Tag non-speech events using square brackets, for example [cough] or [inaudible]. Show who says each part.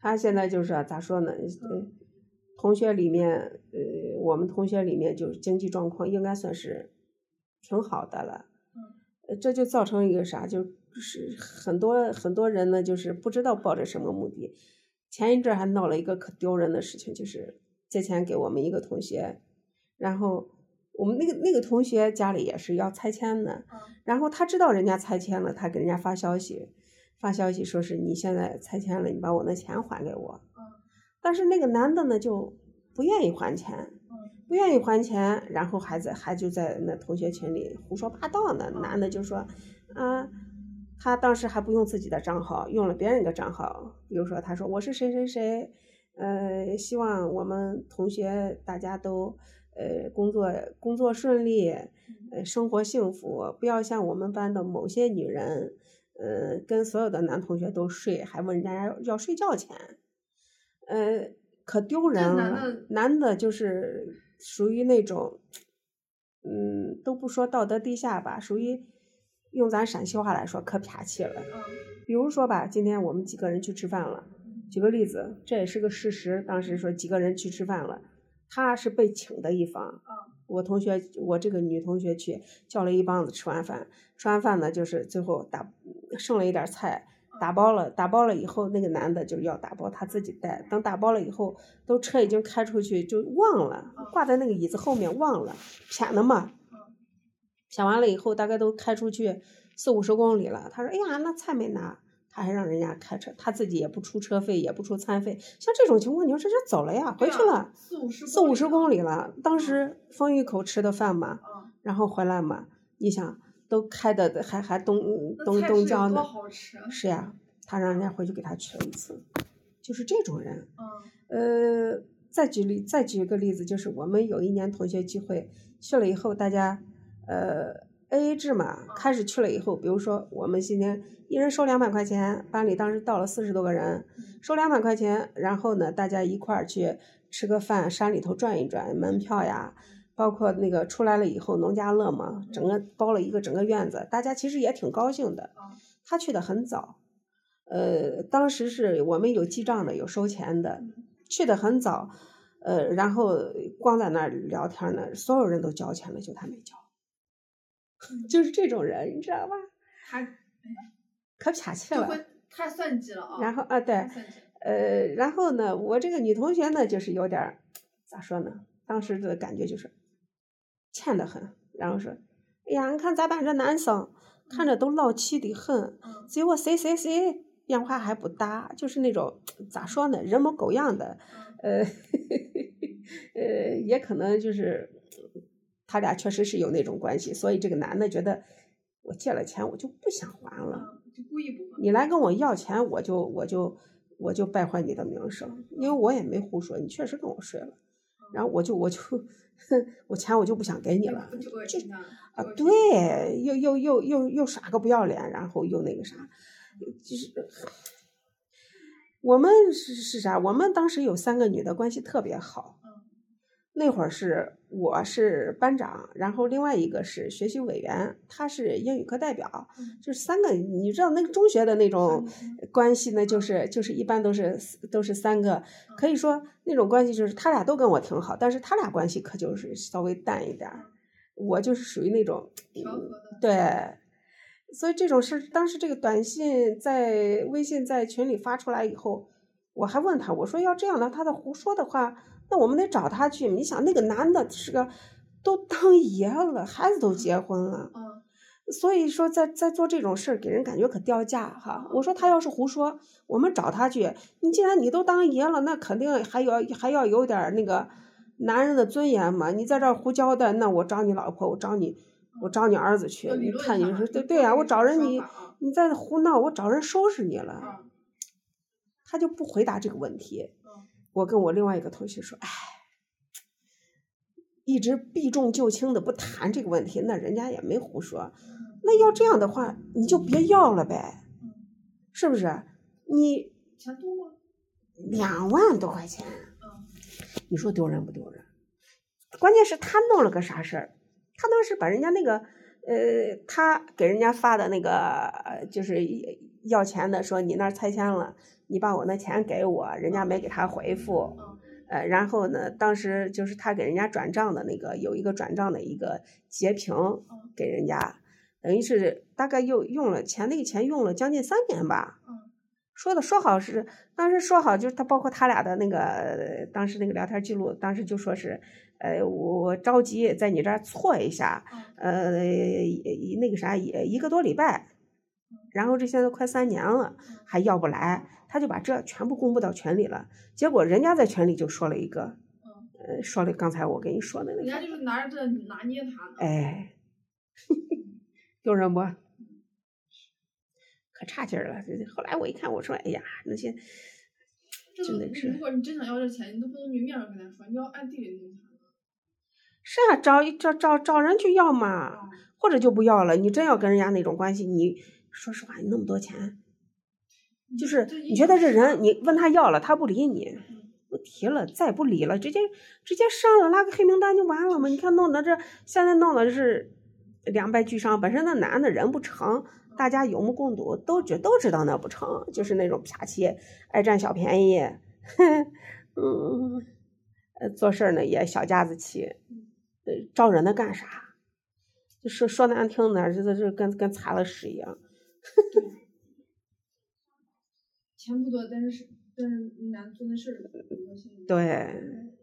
Speaker 1: 他现在就是啊咋说呢？呃同学里面，呃，我们同学里面就是经济状况应该算是挺好的了。呃这就造成一个啥，就是很多很多人呢，就是不知道抱着什么目的。前一阵儿还闹了一个可丢人的事情，就是借钱给我们一个同学，然后我们那个那个同学家里也是要拆迁的，然后他知道人家拆迁了，他给人家发消息，发消息说是你现在拆迁了，你把我那钱还给我。但是那个男的呢就不愿意还钱，
Speaker 2: 嗯
Speaker 1: 不愿意还钱，然后还在还就在那同学群里胡说八道呢。男的就说，啊，他当时还不用自己的账号，用了别人的账号，比如说他说我是谁谁谁，呃，希望我们同学大家都。呃，工作工作顺利，
Speaker 2: 嗯
Speaker 1: 呃，生活幸福，不要像我们班的某些女人，呃，跟所有的男同学都睡，还问人家要要睡觉钱，呃，可丢人了。
Speaker 2: 男的
Speaker 1: 就是属于那种，嗯，都不说道德低下吧，属于用咱陕西话来说可撇气了。
Speaker 2: 嗯
Speaker 1: 比如说吧，今天我们几个人去吃饭了，举个例子，这也是个事实。当时说几个人去吃饭了，他是被请的一方。我同学，我这个女同学去叫了一帮子吃完饭，吃完饭呢，就是最后打剩了一点菜，打包了，打包了以后，那个男的就要打包，他自己带。等打包了以后，都车已经开出去，就忘了，挂在那个椅子后面忘了，撇的嘛。撇完了以后，大概都开出去四五十公里了。他说：“哎呀，那菜没拿。”他还让人家开车，他自己也不出车费，也不出餐费。像这种情况，你说这人走了呀，回
Speaker 2: 啊
Speaker 1: 去了。
Speaker 2: 四五十
Speaker 1: 四五十公
Speaker 2: 里
Speaker 1: 里了。当时丰峪口吃的饭嘛，
Speaker 2: 啊，
Speaker 1: 然后回来嘛，你想都开的还还东
Speaker 2: 那
Speaker 1: 东
Speaker 2: 菜
Speaker 1: 东
Speaker 2: 是有
Speaker 1: 郊
Speaker 2: 多
Speaker 1: 呢，
Speaker 2: 好吃啊，
Speaker 1: 是呀，他让人家回去给他取了一次，就是这种人。
Speaker 2: 嗯
Speaker 1: 呃，再举例，再举一个例子，就是我们有一年同学聚会去了以后，大家呃 A A 制嘛，开始去了以后，比如说我们今天一人收两百块钱，班里当时到了四十多个人，收两百块钱，然后呢，大家一块儿去吃个饭，山里头转一转，门票呀。包括那个出来了以后，农家乐嘛，整个包了一个整个院子，大家其实也挺高兴的
Speaker 2: 嗯。
Speaker 1: 他去的很早，呃，当时是我们有记账的，有收钱的，去的很早，呃，然后光在那儿聊天呢，所有人都交钱了，就他没交，
Speaker 2: 嗯
Speaker 1: 就是这种人，你知道吧？
Speaker 2: 他
Speaker 1: 可撇气
Speaker 2: 就
Speaker 1: 了。
Speaker 2: 会太算计了啊，
Speaker 1: 然后啊，对
Speaker 2: 太，算计了，
Speaker 1: 呃，然后呢，我这个女同学呢，就是有点儿咋说呢？当时的感觉就是欠得很，然后说，哎呀，你看咱班这男生看着都老气的很，
Speaker 2: 嗯
Speaker 1: 结果谁谁谁电话还不打，就是那种咋说呢，人模狗样的，呃， [laughs] 呃，也可能就是他俩确实是有那种关系，所以这个男的觉得我借了钱我就不想还了。
Speaker 2: 嗯，就故意不问，
Speaker 1: 你来跟我要钱，我就我就我就败坏你的名声，因为我也没胡说，你确实跟我睡了，然后我就我就 [laughs] 我钱我就不想给你了
Speaker 2: 就恶
Speaker 1: 就
Speaker 2: 心他
Speaker 1: 啊，
Speaker 2: 恶心
Speaker 1: 对，又又又又又耍个不要脸，然后又那个啥，就是我们是是啥？我们当时有三个女的关系特别好
Speaker 2: 嗯，
Speaker 1: 那会儿是我是班长，然后另外一个是学习委员，她是英语课代表，
Speaker 2: 嗯
Speaker 1: 就是三个，你知道那个中学的那种
Speaker 2: 嗯
Speaker 1: 关系呢，就是就是一般都是都是三个，
Speaker 2: 嗯
Speaker 1: 可以说那种关系就是他俩都跟我挺好，但是他俩关系可就是稍微淡一点儿，我就是属于那种
Speaker 2: 调
Speaker 1: 嗯
Speaker 2: 和的，
Speaker 1: 对，所以这种事儿，当时这个短信在微信在群里发出来以后，我还问他，我说要这样的，他的胡说的话，那我们得找他去。你想那个男的是个都当爷了，孩子都结婚了，
Speaker 2: 嗯
Speaker 1: 所以说在在做这种事儿，给人感觉可掉价哈。我说他要是胡说，我们找他去。你既然你都当爷了，那肯定还要还要有点儿那个男人的尊严嘛。你在这儿胡交代，那我找你老婆，我找你，我找你儿子去。
Speaker 2: 要理
Speaker 1: 你
Speaker 2: 论
Speaker 1: 看你
Speaker 2: 他
Speaker 1: 是
Speaker 2: 就
Speaker 1: 对
Speaker 2: 不
Speaker 1: 对
Speaker 2: 要
Speaker 1: 呀、
Speaker 2: 有
Speaker 1: 我
Speaker 2: 这
Speaker 1: 找
Speaker 2: 种
Speaker 1: 着
Speaker 2: 说
Speaker 1: 你
Speaker 2: 法，啊
Speaker 1: 你在胡闹，我找人收拾你了。
Speaker 2: 嗯
Speaker 1: 他就不回答这个问题
Speaker 2: 嗯。
Speaker 1: 我跟我另外一个同学说，哎，一直避重就轻的不谈这个问题，那人家也没胡说。那要这样的话，你就别要了呗，
Speaker 2: 嗯，
Speaker 1: 是不是？你
Speaker 2: 钱多吗？
Speaker 1: 两万多块钱，你说丢人不丢人？关键是他弄了个啥事儿？他当时把人家那个，呃，他给人家发的那个，呃就是要钱的，说你那儿拆迁了，你把我那钱给我，人家没给他回复，呃，然后呢，当时就是他给人家转账的那个有一个转账的一个截屏给人家，等于是大概又用了钱，那个钱用了将近三年吧。
Speaker 2: 嗯
Speaker 1: 说的说好是当时说好就是他包括他俩的那个呃当时那个聊天记录，当时就说是，呃，我我着急在你这儿错一下，
Speaker 2: 嗯
Speaker 1: 呃，一那个啥也一个多礼拜，然后这现在都快三年了
Speaker 2: 嗯
Speaker 1: 还要不来，他就把这全部公布到群里了。结果人家在群里就说了一个，
Speaker 2: 嗯，
Speaker 1: 呃，说了刚才我跟你说的那
Speaker 2: 人
Speaker 1: 个，
Speaker 2: 家就是拿着这拿捏他呢。
Speaker 1: 哎， [laughs] 丢人不？可差劲儿了。这这后来我一看，我说，哎呀，那些
Speaker 2: 这
Speaker 1: 真
Speaker 2: 个
Speaker 1: 的
Speaker 2: 你
Speaker 1: 是
Speaker 2: 如果你真想要这钱，你都不能明面上跟他说，你要暗地里弄他。
Speaker 1: 是啊，找找找找人去要嘛，
Speaker 2: 啊，
Speaker 1: 或者就不要了。你真要跟人家那种关系，你说实话，你那么多钱，就是
Speaker 2: 这
Speaker 1: 你
Speaker 2: 一
Speaker 1: 觉得
Speaker 2: 种
Speaker 1: 这
Speaker 2: 手段
Speaker 1: 人，你问他要了，他不理你
Speaker 2: 嗯，
Speaker 1: 不提了，再也不理了，直接直接删了，拉个黑名单就完了嘛。你看弄得这现在弄的是两败俱伤，本身那男的人不成，大家有目共睹，都知都知道那不成，就是那种啪气，爱占小便宜， [laughs] 嗯，呃，做事儿呢也小家子气，呃，招惹那干啥？就说说难听点儿，这这这跟跟擦了屎一样。
Speaker 2: 钱不多，但是但是难做的事儿多。现在
Speaker 1: 对，